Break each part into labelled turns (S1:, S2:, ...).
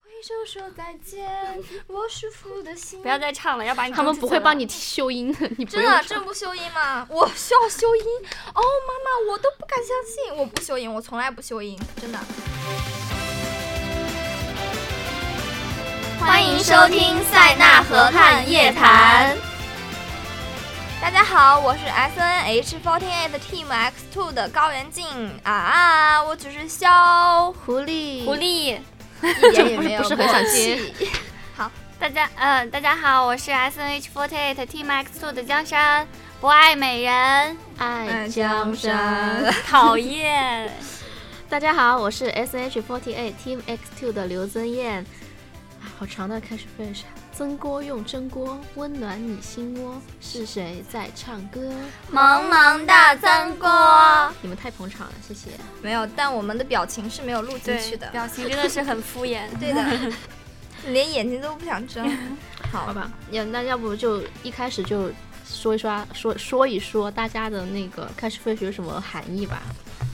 S1: 挥手说再见，我舒服的心。
S2: 不要再唱了，要把你
S3: 他们不会帮
S2: 你。
S3: 你修音的，你不
S1: 真
S3: 用
S1: 的，啊
S3: 唱
S1: 真不修音吗？ 我需要修音哦，妈妈，我都不敢相信，我不修音，我从来不修音，真的。
S2: 欢迎收听塞纳河畔夜谈。
S1: 大家好，我是 S N H forty eight Team X two 的高原静啊，我只是 小 狐狸，
S2: 狐狸，
S1: 一点也没有
S3: 不是很想
S1: 默契。
S2: 大家嗯、大家好，我是 S N H forty eight Team X two 的江山，不爱美人，
S3: 爱
S1: 嗯江山，
S2: 讨厌。
S3: 大家好，我是 S H forty eight Team X two 的刘增艳。啊，好长的开始 fresh。蒸锅用蒸锅温暖你心窝，是谁在唱歌？
S2: 萌萌大蒸锅，
S3: 你们太捧场了，谢谢。
S1: 没有，但我们的表情是没有录进去的。
S2: 表情真的是很敷衍。
S1: 对的，连眼睛都不想睁。好
S3: 好，吧，要那要不就一开始就说一说说说一说大家的那个开始 fresh 有什么含义 吧？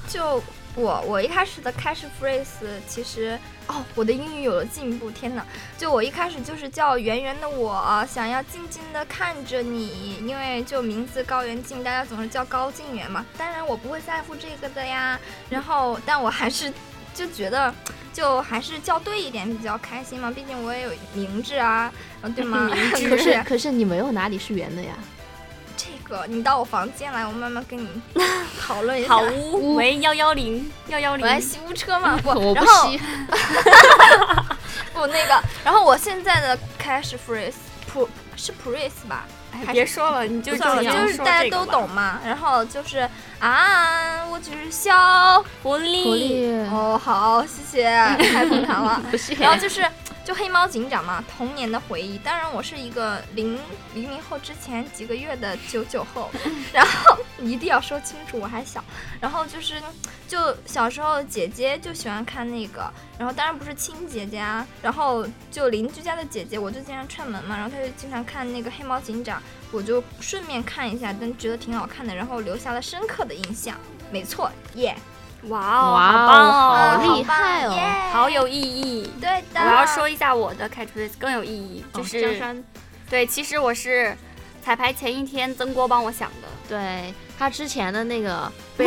S1: 就我我一开始的开始 phrase 其实哦，我的英语有了进步，天哪！就我一开始就是叫圆圆的我，想要静静的看着你，因为就名字高圆静，大家总是叫高静圆嘛。当然我不会在乎这个的呀，然后但我还是就觉得。就还是叫对一点比较开心嘛，毕竟我也有明智啊，呃对吗？ 明
S3: 可是可是你没有哪里是圆的呀？
S1: 这个，你到我房间来，我慢慢跟你 讨论一下。
S2: 好污，喂幺幺零幺幺
S1: 我来
S2: 零，
S1: 洗污车 嘛，不，
S3: 我
S1: 然
S3: 不
S1: 后
S3: 吸。
S1: 不那个，然后我现在的 cash phrase 普是 phrase 吧？还
S2: 哎别
S1: 是
S2: 说了，你就
S1: 算了，
S2: 这样
S1: 就是
S2: 说
S1: 大家
S2: 这个
S1: 都
S2: 吧。
S1: 懂嘛。然后就是啊，我只是笑。
S2: 狐狸，
S3: 狐狸，
S1: 哦，好，谢谢，太捧场了。
S3: 不是。
S1: 然 后就是就黑猫警长嘛，童年的回忆。当然，我是一个零零零后之前几个月的九九 后，然后一定要说清楚，我还小。然后就是就小时候姐姐就喜欢看那个，然后当然不是亲姐姐啊，然后就邻居家的姐姐，我就经常串门嘛，然后她就经常看那个黑猫警长，我就顺便看一下，但觉得挺好看的，然后留下了深刻的印象。没错，耶、
S2: 哇哦，
S3: 哇
S2: 好
S3: 哦
S2: 棒哦，
S3: 好
S2: 好
S3: 厉害哦
S1: 耶
S2: 好有意义。
S1: 对的。
S2: 我要说一下我的 catchphrase 更有意义，就
S3: 哦
S2: 是、
S3: 江山
S2: 对，其实我是彩排前一天曾郭帮我想的。
S3: 对他之前的那个被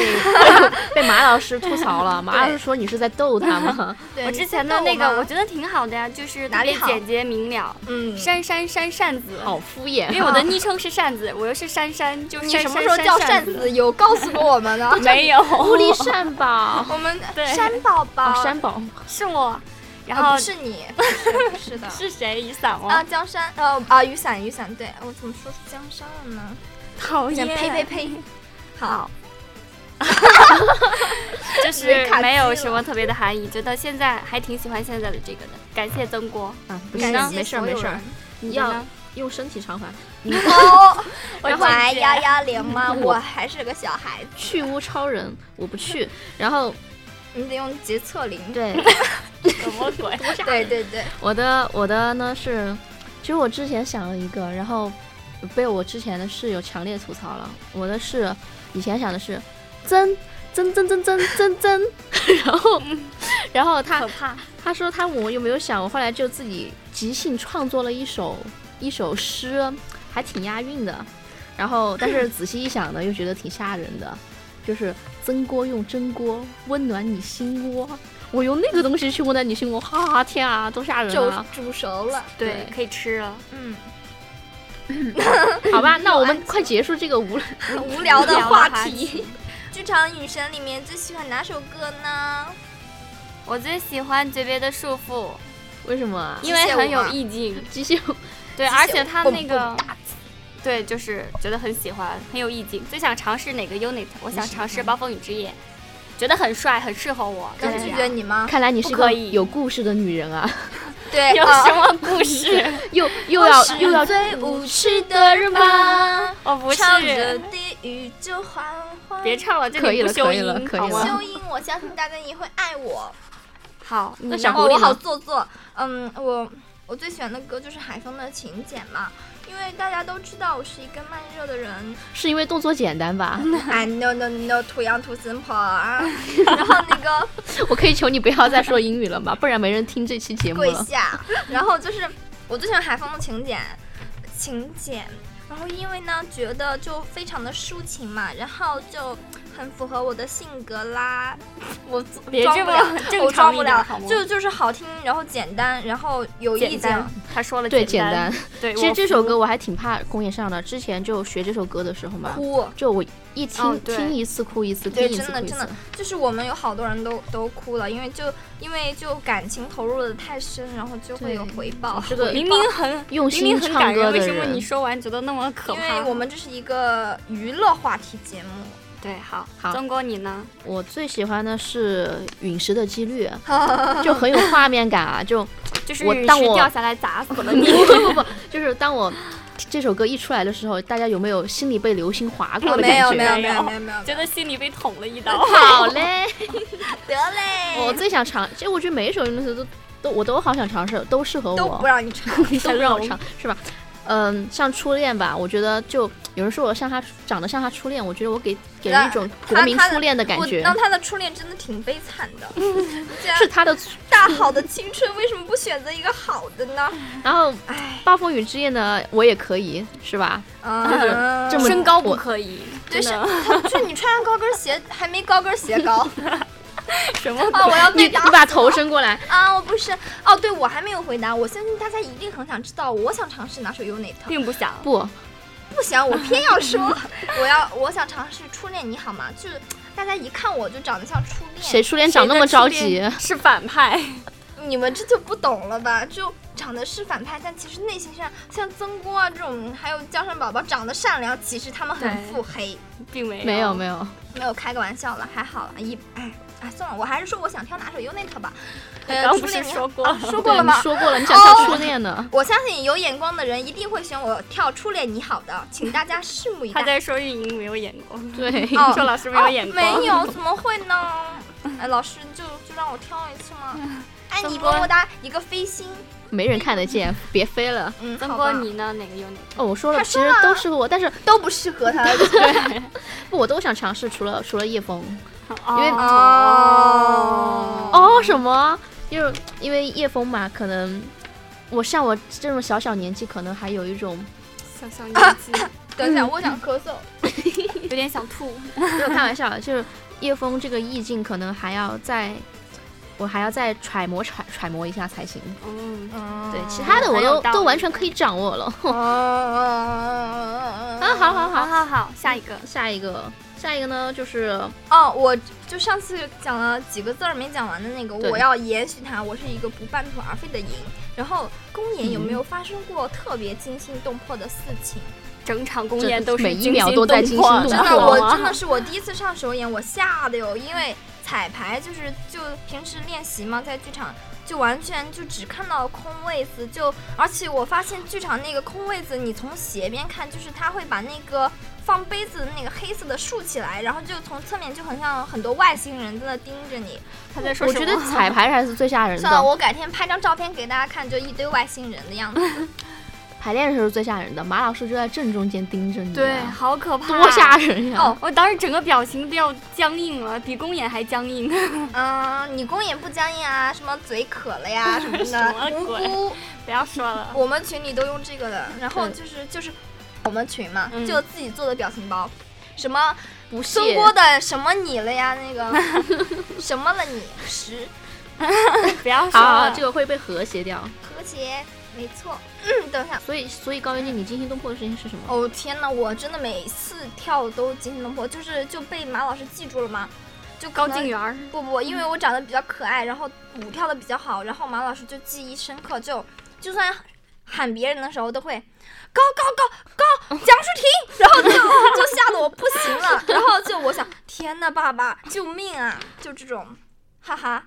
S3: 被马老师吐槽了，马老师说你是在逗他吗？
S1: 对，
S2: 我
S1: 你
S2: 之
S1: 在
S2: 前的
S1: 逗
S2: 那个，
S1: 吗
S2: 我觉得挺好的呀，就是
S1: 哪里
S2: 特
S1: 好
S2: 别简洁明了。
S1: 嗯，
S2: 扇扇扇扇子，
S3: 好敷衍
S2: 因为我的昵称是扇子，我又是扇扇，就
S1: 你
S2: 扇
S1: 什么
S2: 扇
S1: 时候
S2: 扇
S1: 叫
S2: 扇
S1: 扇？子？有告诉过我 哦们呢？
S2: 没有，
S3: 狐狸 善宝，
S1: 我们
S2: 对
S1: 山宝宝，
S3: 哦，山宝，
S2: 是我。然
S1: 啊
S2: 后
S1: 不是你，不是不是的
S2: 是谁？雨伞
S1: 啊，
S2: 哦，
S1: 江山，呃啊，雨伞，雨伞，对我怎么说是江山了呢？
S2: 讨
S1: 呸
S2: 厌，
S1: 呸呸！ 好，
S2: 就是
S1: 卡机
S2: 没有
S1: 了
S2: 什么特别的含义，觉得现在还挺喜欢现在的这个的，感谢曾郭。
S3: 啊，不
S1: 感
S3: 行，
S1: 谢
S3: 没事儿
S1: 所
S3: 没
S1: 有
S3: 事儿
S1: 人，。
S3: 你
S2: 的
S3: 要
S2: 呢
S3: 用身体偿还。
S1: 哦，我
S2: 然后
S1: 玩
S2: 你
S1: 幺幺零吗？我还是个小孩子，
S3: 去污超人，我不去。然后
S1: 你得用洁厕灵。
S3: 对
S2: 什么鬼？
S1: 对对对，
S3: 我的我的呢是，其实我之前想了一个，然后被我之前的室友强烈吐槽了。我的是以前想的是真真真真真真真， 然后然后他
S2: 可怕！
S3: 他说他问我有没有想，我后来就自己即兴创作了一首一首诗，还挺押韵的。然后，但是仔细一想呢，又觉得挺吓人的，就是蒸锅用蒸锅温暖你心窝。我用那个东西去温暖你心窝，哈哈天啊，多吓人
S1: 煮
S3: 啊！
S1: 煮熟了，
S2: 对，可以吃了。
S1: 嗯，
S3: 好吧，那我们快结束这个无聊。
S1: 很无聊的
S2: 聊的
S1: 话
S2: 话
S1: 题。剧场女神里面最喜欢哪首歌呢？
S2: 我最喜欢《诀别的束缚
S3: 为什么 啊》，？
S2: 因为很
S1: 机械舞
S2: 有
S1: 吗
S2: 意境。
S3: 机械
S2: 对，
S1: 机
S2: 而
S1: 械
S2: 且
S1: 舞
S2: 它
S1: 蹦
S2: 那
S1: 蹦
S2: 个，对，就是觉得很喜欢，很有意境。最想尝试哪个 unit？我想尝试《暴风雨之夜》，觉得很帅，很适合我。
S1: 敢
S2: 就
S1: 拒
S2: 这
S1: 绝
S2: 样
S1: 你 吗？
S3: 看来你
S2: 不
S3: 是
S2: 可
S3: 个
S2: 以
S3: 有故事的女人 啊，
S1: 对，
S2: 有
S1: 啊
S2: 什么故事？
S3: 又又要又要啊
S1: 最无耻的人吧，
S2: 我不
S1: 唱着
S2: 是，
S1: 地狱就缓缓。
S2: 别唱了，这
S3: 可
S2: 里
S3: 以
S2: 不
S3: 了
S2: 修
S3: 可以
S2: 音
S3: 了可以
S2: 好
S3: 了
S2: 吗？
S1: 修音，我相信大家也会爱我。
S2: 好，
S3: 那
S2: 你
S3: 小
S2: 呢
S3: 狐狸
S1: 我
S3: 呢
S1: 好做作。嗯，我我最喜欢的歌就是海风的请柬嘛。因为大家都知道我是一个慢热的 人。
S3: 是因为动作简单 吧？
S1: I no no no，土洋土生婆啊。 然后那个
S3: 我可以求你不要再说英语了吗？不然没人听这期节目
S1: 跪
S3: 了。
S1: 下，然后就是我最喜欢海风的请柬，请柬。然后因为呢，觉得就非常的抒情嘛，然后就很符合我的性格啦。我
S2: 别
S1: 装
S2: 这
S1: 不
S2: 么
S1: 了
S2: 正
S1: 我装
S2: 常
S1: 不
S2: 一点
S1: 了
S2: 好吗？，
S1: 就就是好听，然后简单，然后有意
S2: 简
S1: 境。
S2: 单，他说了
S3: 对，简
S2: 简单。
S3: 单。
S2: 对，
S3: 其实
S2: 我
S3: 这首
S2: 服
S3: 歌我还挺怕公演上的，之前就学这首歌的时候嘛，
S1: 哭，
S3: 就我一听、
S2: 哦对
S3: 听一次哭一次，听
S1: 对
S3: 一次
S1: 真的
S3: 哭一
S1: 真的
S3: 次。
S1: 就是我们有好多人都都哭了，因为就因为就感情投入的太深，然后就会有
S3: 对
S1: 回报。
S3: 这个
S2: 明明很
S3: 用
S2: 明
S3: 心
S2: 明很
S3: 唱
S2: 感
S3: 歌
S2: 人，
S3: 的
S2: 为什么你
S3: 人，
S2: 说完觉得那么可
S1: 因为
S2: 怕？
S1: 我们这是一个娱乐话题节目，
S2: 对，好，
S3: 好
S2: 曾哥你呢？
S3: 我最喜欢的是陨石的几 率，就很有画面感啊！就
S2: 就是
S3: 我
S2: 陨
S3: 当
S2: 石
S3: 我
S2: 掉下来砸死
S3: 不
S2: 了你。
S3: 不不，就是当我这首歌一出来的时候，大家有没有心里被流星划过的感
S1: 啊没有
S3: 觉？
S1: 没有没
S2: 没
S1: 有
S2: 有
S1: 没有没有，
S2: 觉得心里被捅了一刀，
S3: 好 嘞，
S1: 得嘞，
S3: 我最想尝，其实我觉得每一首音乐都都我都好想尝试，都适合我，
S1: 都不让你唱，
S3: 都不让我唱，是吧？嗯，像初恋吧，我觉得就有人说我像他长得像他初恋，我觉得我给给人一种国民初恋的感
S1: 我
S3: 觉，
S1: 当他的初恋真的挺悲惨 的，这样
S3: 是他的。
S1: 大好的青春为什么不选择一个好的 呢？
S3: 然后《
S1: 哎，
S3: 暴风雨之夜》呢，我也可以，是吧？
S1: 嗯，
S3: 这么
S2: 身高不
S3: 我
S2: 可以，
S1: 对
S2: 真
S1: 是
S2: 的
S1: 就你穿上高跟鞋还没高跟鞋 高
S2: 什么
S1: 啊！我要
S3: 你
S1: 被打
S3: 你把头伸过来，
S1: 啊！我不是哦，对我还没有回答，我相信大家一定很想知道，我想尝试哪首 UNIT，
S2: 并不想。
S3: 不，
S1: 不想我偏要 说，我要我想尝试初恋你好吗？就是大家一看我就长得像初
S3: 谁
S1: 恋，
S3: 初恋长那么着急？
S2: 是反派，
S1: 你们这就不懂了吧？就长得是反派，但其实内心上像曾锅啊这种，还有江山宝宝长得善良，其实他们很
S2: 对
S1: 腹黑。
S2: 并没有
S3: 没有没
S2: 有。
S3: 有，
S1: 没有开个玩笑了，还好了一哎哎算了，我还是说我想挑哪首 UNIT 吧。呃，
S2: 刚
S1: 初
S2: 不
S1: 恋
S2: 是
S1: 你
S2: 说过
S1: 啊
S2: 了
S1: 说过
S3: 对
S1: 了
S3: 你
S1: 吗？
S3: 说过了，你想跳初恋 呢？
S1: 我相信有眼光的人一定会选我跳《初恋你好》的，请大家拭目以
S2: 他
S1: 待。
S2: 在说运营没有眼光，
S3: 对，
S1: 哦
S2: 说老师没有眼光，
S1: 没有，怎么会呢？ 哎，老师就就让我挑一次 吗？爱你么么哒，一个飞心。
S3: 没人看得见，别飞了。
S1: 嗯，
S2: 曾
S1: 好
S2: 哥
S1: 吧，
S2: 你呢？哪个有哪个？
S3: 哦，我说了，
S1: 他
S3: 其
S1: 说
S3: 实
S1: 了
S3: 都适合我，但是
S1: 都不适合他。
S3: 不，我都想尝试，除了除了叶枫。
S2: 因
S3: 为
S1: 哦
S3: 哦，什么？就是因为叶枫嘛，可能我像我这种小小年纪，可能还有一种
S2: 小小年纪
S1: 等
S3: 嗯
S1: 一下，我想咳嗽。
S2: 有点想吐，
S3: 就是开玩笑的，就是叶枫这个意境，可能还要再我还要再揣摩揣揣摩一下才行。
S2: 嗯，
S1: 嗯
S3: 对，其他的我
S2: 很有
S3: 都
S2: 道
S3: 都完
S2: 理
S3: 全可以掌握了。
S1: 哦
S3: 啊，好好
S2: 好
S3: 好，
S2: 好好，下一个，
S3: 下一个，下一个呢就是
S1: 哦，我就上次讲了几个字儿没讲完的那个，
S3: 对
S1: 我要延续它。我是一个不半途而废的赢。然后公演有
S3: 嗯
S1: 没有发生过特别惊心动魄的事情？
S2: 整场公
S3: 这
S2: 演都是
S3: 每一
S2: 惊
S3: 秒
S2: 心
S3: 都在
S2: 动
S3: 惊
S2: 魄
S3: 心动
S1: 真
S3: 哇
S1: 的，
S3: 魄
S1: 我
S2: 啊
S1: 真的是我第一次上首演，我吓得哟，因为彩排就是就平时练习嘛，在剧场就完全就只看到空位子，就而且我发现剧场那个空位子，你从斜边看，就是他会把那个。放杯子的那个黑色的竖起来，然后就从侧面就很像很多外星人在那盯着你。
S2: 他在说
S3: 我
S2: 什么？
S3: 觉得彩排才是最吓人
S1: 算了，
S3: 的，
S1: 我改天拍张照片给大家看，就一堆外星人的样 子。
S3: 排练的时候是最吓人的，马老师就在正中间盯着你啊，
S2: 对，好可怕，
S3: 多吓人呀！
S2: 哦，我当时整个表情都要僵硬了，比公演还僵硬。
S1: 嗯，你公演不僵硬啊，什么嘴渴了呀什么
S2: 什
S1: 的，
S2: 么
S1: 无
S2: 鬼
S1: 辜。
S2: 不要说了，
S1: 我们群里都用这个的，然后就是就是我们群嘛，
S2: 嗯
S1: 就自己做的表情包，什么
S3: 不
S1: 中
S3: 屑，
S1: 国的什么你了呀，那个 什么了你十哦
S2: 不要说
S3: 好好，
S2: 了。
S3: 这个会被和谐掉。
S1: 和谐，没错。嗯，等一下。
S3: 所以，所以高圆圆，你惊心动魄的事情是什么？
S1: 哦天哪！我真的每次跳都惊心动魄，就是就被马老师记住了吗？就
S2: 高
S1: 靖
S2: 静媛 儿，
S1: 不不，因为我长得比较可爱，然后舞跳的比较好，然后马老师就记忆深刻，就就算喊别人的时候都会高高高高蒋舒婷，然后就就吓得我不行了，然后就我想天呐，爸爸救命啊，就这种，哈哈，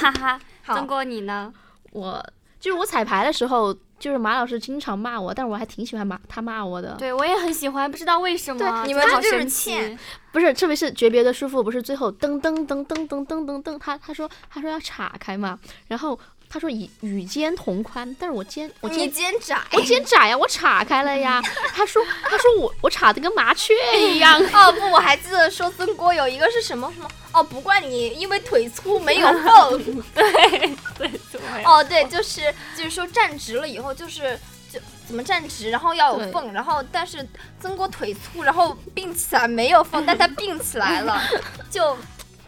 S2: 哈哈。
S1: 好
S2: 曾，哥你呢？
S3: 我就是我彩排的时候就是马老师经常骂我，但是我还挺喜欢骂他骂我的。
S2: 对我也很喜欢，不知道为什么，
S1: 对
S2: 真
S1: 你
S2: 的
S1: 们
S2: 好
S1: 就是
S2: 神奇
S1: 欠
S3: 不是，特别是诀别的师傅，不是最后噔噔噔噔噔噔噔噔，他他说他说要岔开嘛，然后他说以与肩同宽，但是我肩我
S1: 你
S3: 肩
S1: 肩窄。
S3: 我肩窄啊呀，我岔开了 呀。他说他说我我岔的跟麻雀一样，
S1: 哦不，我还记得说曾国有一个是什么什么哦，不怪你，因为腿粗没有缝。
S2: 对对，
S1: 哦，对，就是就是说站直了以后，就是就怎么站直，然后要有
S3: 对
S1: 缝，然后但是曾国腿粗，然后并起来没有缝，但他并起来 了，就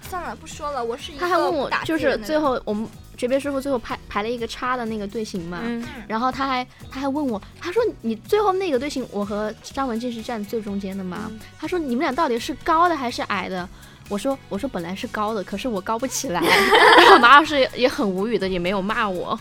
S1: 算了，不说了。我是一个
S3: 他还问我
S1: 打字
S3: 就是
S1: 人的
S3: 最
S1: 人
S3: 后我们诀别师傅最后排排了一个叉的那个队形嘛，
S2: 嗯，
S3: 然后他还他还问我，他说你最后那个队形，我和张文静是站最中间的嘛？
S1: 嗯
S3: 他说你们俩到底是高的还是矮的？我说我说本来是高的，可是我高不 起来。然后马老师也也很无语的，也没有骂我。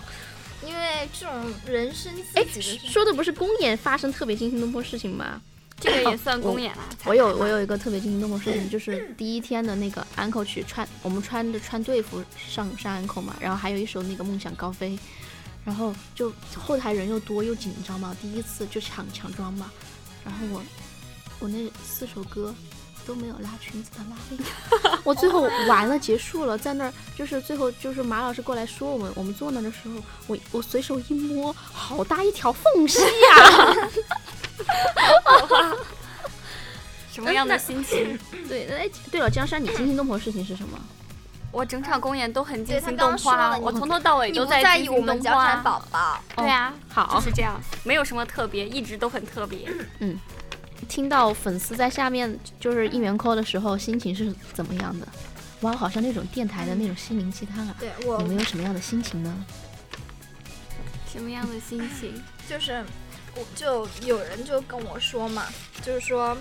S1: 因为这种人生自
S3: 哎，
S1: 己的事情
S3: 说的不是公演发生特别惊心动魄事情吗？
S2: 这个也算公演啊了。
S1: 哦
S3: 我有我有一个特别惊心动魄的事情，就是第一天的那个安扣曲穿，我们穿着穿队服上上安扣嘛，然后还有一首那个梦想高飞，然后就后台人又多又紧张嘛，第一次就抢抢装嘛，然后我我那四首歌都没有拉裙子的拉链，我最后完了结束了，在那儿就是最后就是马老师过来说我们，我们坐那儿的时候，我我随手一摸，好大一条缝隙啊呀、
S2: 什么样的 心情？
S3: 对，哎，对了，江山，你惊心动魄的事情是什么？
S2: 我整场公演都很惊
S1: 对他
S2: 心
S1: 刚刚
S2: 动魄啊，
S1: 说了
S2: 我从头到尾
S1: 你
S2: 都
S1: 不在
S2: 惊
S1: 意我
S2: 心动
S1: 们
S2: 魄
S1: 江山
S2: 啊。
S1: 宝哦宝，
S2: 对啊，
S3: 好
S2: 就，是 这样，没有什么特别，一直都很特别。
S3: 听到粉丝在下面就是应援扣的时候，心情是怎么样的？哇，好像那种电台的那种心灵鸡汤啊！
S1: 对我
S3: 你们有什么样的心情呢？
S2: 什么样的心情？
S1: 就是我就有人就跟我说嘛，就是说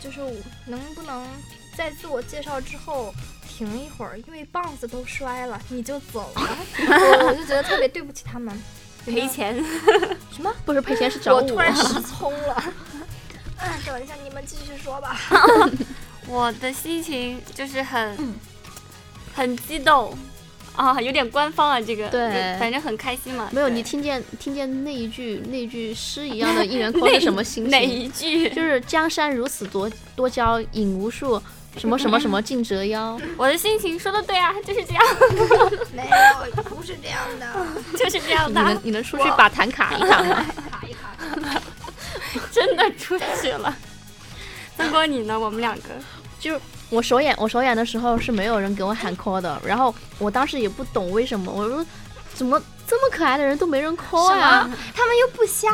S1: 就是我能不能在自我介绍之后。停一会儿，因为棒子都摔了，你就走 了，我我就觉得特别对不起他们。
S2: 赔钱。
S1: 什么？
S3: 不是赔钱是找
S1: 我啊
S3: 我，
S1: 突然失聪了。嗯，等一下，你们继续说 吧。
S2: 我的心情就是很、
S3: 嗯
S2: 很激动啊，有点官方啊，这个
S3: 对
S2: 就反正很开心嘛。
S3: 没有
S2: 对
S3: 你听见听见那一句那一句诗一样的应援扣是什么 心
S2: 哪
S3: 情？
S2: 一句？
S3: 就是江山如此多多娇，引无数，什么什么什么尽折腰。
S2: 我的心情说的对啊，就是这样，
S1: 没有，不是这样 的。
S2: 就是这样
S3: 你
S2: 的
S3: 能，你能出去把弹卡一卡吗？
S1: 卡一卡。
S2: 真的出去了。曾哥你呢？我们两个
S3: 就是我首演我首演的时候是没有人给我喊 call 的，然后我当时也不懂为什么，我说怎么这么可爱的人都没人 call 呀、
S2: 什
S1: 他们又不瞎，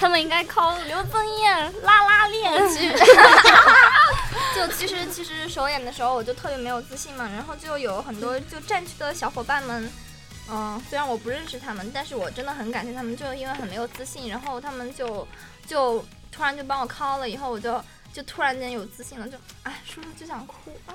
S2: 他们应该 call 刘增艳拉拉链，
S1: 就其实其实首演的时候我就特别没有自信嘛，然后就有很
S3: 嗯
S1: 多就战区的小伙伴们。嗯，虽然我不认识他们，但是我真的很感谢他们，就因为很没有自信，然后他们就就突然就帮我 call 了，以后我就就突然间有自信了，就哎，说说就想哭啊，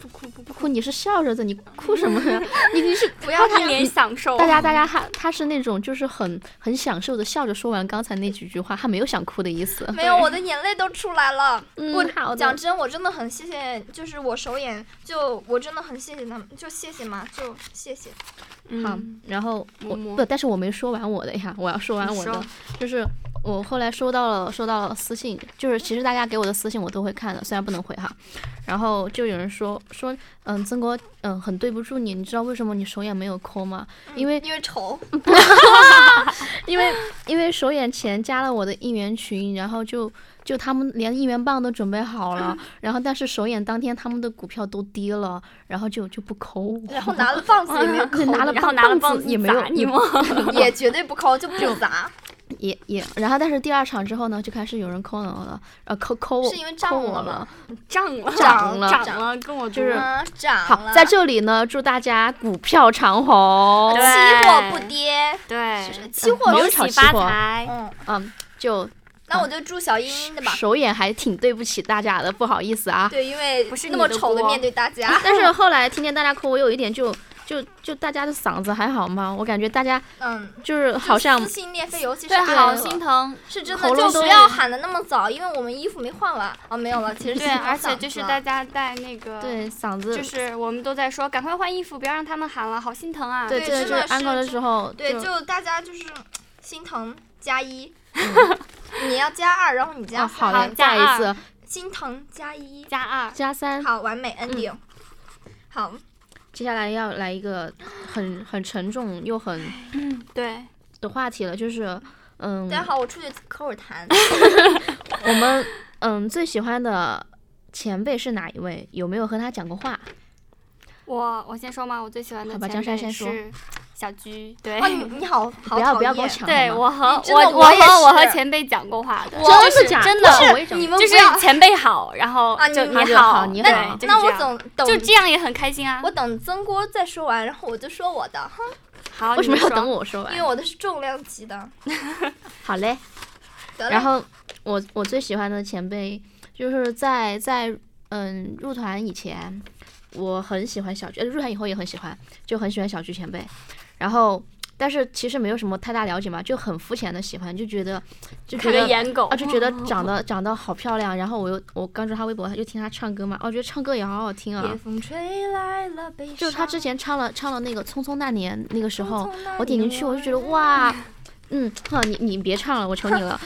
S2: 不哭不哭，
S3: 哭你是笑着的，你哭什么呀？你你是
S1: 不要
S2: 一脸享受。
S3: 大家大家他他是那种就是很很享受的笑着说完刚才那几句话，他没有想哭的意思。
S1: 没有，我的眼泪都出来了。
S3: 嗯
S1: 我
S3: 好的
S1: 讲真，我真的很谢谢，就是我首演，就我真的很谢谢他们，就谢谢嘛，就谢谢。
S3: 好
S2: 嗯，，
S3: 啊然后我
S2: 么么
S3: 不，但是我没说完我的呀，我要说完我
S2: 你
S3: 的
S2: 说，
S3: 就是我后来收到了收到了私信，就是其实大家给我的私信我都会看的，虽然不能回哈。然后就有人说说，嗯，曾国，嗯，很对不住你，你知道为什么你首演没有扣吗？因为
S1: 因为 丑，
S3: 因 为因为首演前加了我的应援群，然后就就他们连应援棒都准备好了，
S2: 嗯
S3: 然后但是首演当天他们的股票都跌了，然后就就不扣我，
S1: 然后拿了棒子也没有
S3: 对
S1: 抠，
S3: 拿了
S2: 然后拿了
S3: 棒
S2: 棒
S3: 子
S2: 子
S3: 也没有
S2: 砸你吗？
S1: 也绝对不抠，就不砸，
S3: 也也，然后但是第二场之后呢，就开始有人扣我了，呃，扣扣我
S1: 是因为胀
S3: 扣
S1: 了
S3: 我
S1: 吗
S3: 了。
S2: 涨了
S3: 涨了
S2: 涨了，跟我
S3: 就是
S1: 嗯，涨
S3: 好，
S1: 了，啊
S3: 在这里呢，祝大家股票长虹
S1: 期
S2: 对。
S1: 货不跌，
S2: 对，
S1: 是期货
S3: 嗯没有
S2: 恭
S1: 是，
S3: 炒
S2: 喜
S3: 期
S2: 发
S3: 货
S2: 财。
S1: 嗯，
S3: 嗯，就
S1: 那我就祝小茵茵的吧，
S3: 首演还挺对不起大家的，不好意思啊。嗯
S1: 对，因为
S2: 不是
S1: 那
S2: 你
S1: 么
S2: 的
S1: 丑的
S2: 锅
S1: 面对大 家，
S3: 但是后来听见大家扣，我有一点就就就大家的嗓子还好吗？我感觉大家
S1: 嗯，
S3: 就是好像
S1: 撕心裂肺，尤其是
S2: 对，好
S1: 好
S2: 心疼，
S1: 是真
S3: 喉
S1: 的，就
S3: 咙
S1: 不
S3: 都
S1: 要喊的那么早，因为我们衣服没换完啊，没有了，其实
S2: 对，
S1: 是没有
S2: 而且
S1: 嗓
S2: 就是
S1: 子了
S2: 大家在那个，
S3: 啊对嗓子，
S2: 就是我们都在说，赶快换衣服，不要让他们喊了，好心疼啊。
S3: 对
S1: 对
S3: 这个
S1: 真
S3: 就是
S1: 的
S3: 安
S1: 是
S3: 高的时候，
S1: 对，就大家就是心疼加 一，你要加二，然后你加
S3: 啊，
S1: 三，
S3: 好
S2: 好
S3: 嘞，
S2: 加
S3: 再一次
S1: 心疼加一，
S2: 加二，
S3: 加三，
S1: 好，完美 ending。好，
S3: 接下来要来一个很很沉重又很
S2: 对，
S3: 的话题了，就是嗯
S1: 大，家好，我出去口口痰。
S3: 我们嗯最喜欢的前辈是哪一位？有没有和他讲过话？
S2: 我我先说吗？我最喜欢的
S3: 好吧
S2: 前
S3: 江山
S2: 辈
S3: 先说
S2: 是小鞠，对。
S1: 啊，你你好好
S3: 嗯不要
S1: 讨
S3: 不要跟
S1: 厌
S3: 我抢，
S2: 对
S3: 好吗
S2: 我和
S1: 真的
S2: 我
S1: 我也
S2: 和我和
S1: 是
S2: 前辈讲过话的，
S3: 真
S2: 就是
S3: 的假的？
S2: 真的
S3: 不是
S2: 我也
S1: 你们
S2: 就
S1: 不
S2: 是
S1: 要
S2: 前辈好，然后
S1: 啊
S2: 就
S1: 你
S3: 你好
S2: 好，
S3: 你
S2: 对
S3: 好
S2: 就是
S1: 那
S2: 这
S1: 我
S2: 样
S1: 总等
S2: 就这样也很开心啊
S1: 我。等曾郭再说完，然后我就说我的，
S2: 好，
S3: 为什么
S2: 你
S3: 要
S2: 说
S3: 等？我说
S1: 因
S3: 完
S1: 为？我的是重量级的。
S3: 好嘞。
S1: 得了
S3: 然后我我最喜欢的前辈就是在在嗯入团以前，我很喜欢小鞠，呃入团以后也很喜欢，就很喜欢小鞠前辈。然后但是其实没有什么太大了解嘛，就很肤浅的喜欢，就觉得就觉
S2: 看个
S3: 得
S2: 颜狗
S3: 啊，就觉得长得长得好漂亮。然后我又我关注她微博，又听她唱歌嘛，哦，觉得唱歌也好好听
S1: 夜
S3: 啊。
S1: 风吹来了悲伤。
S3: 就是她之前唱了唱了那个《匆匆那年》那个时候
S1: 匆匆那，
S3: 我点进去我就觉得
S1: 年
S3: 哇，嗯，哼，你你别唱了，我求你了。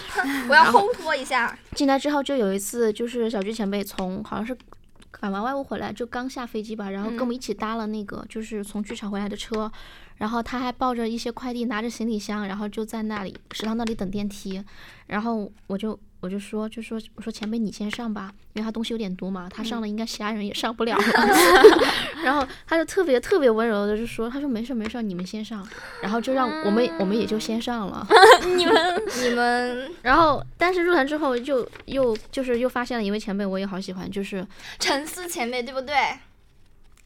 S1: 我要烘托一 下，
S3: 进来之后就有一次，就是小鞠前辈从好像是赶完外务回来，就刚下飞机吧，然后跟我们一起搭了那个就是从剧场回来的车，然后他还抱着一些快递，拿着行李箱，然后就在那里食堂那里等电梯，然后我就。我就说，就说我说前辈你先上吧，因为他东西有点多嘛，他上了应该其他人也上不了 然后他就特别特别温柔的就说，他说没事没事，你们先上，然后就让我们我们也就先上了。
S1: 你们你们
S3: 然后，但是入团之后又又就是又发现了一位前辈，我也好喜欢，就是
S1: 陈思前辈对不对？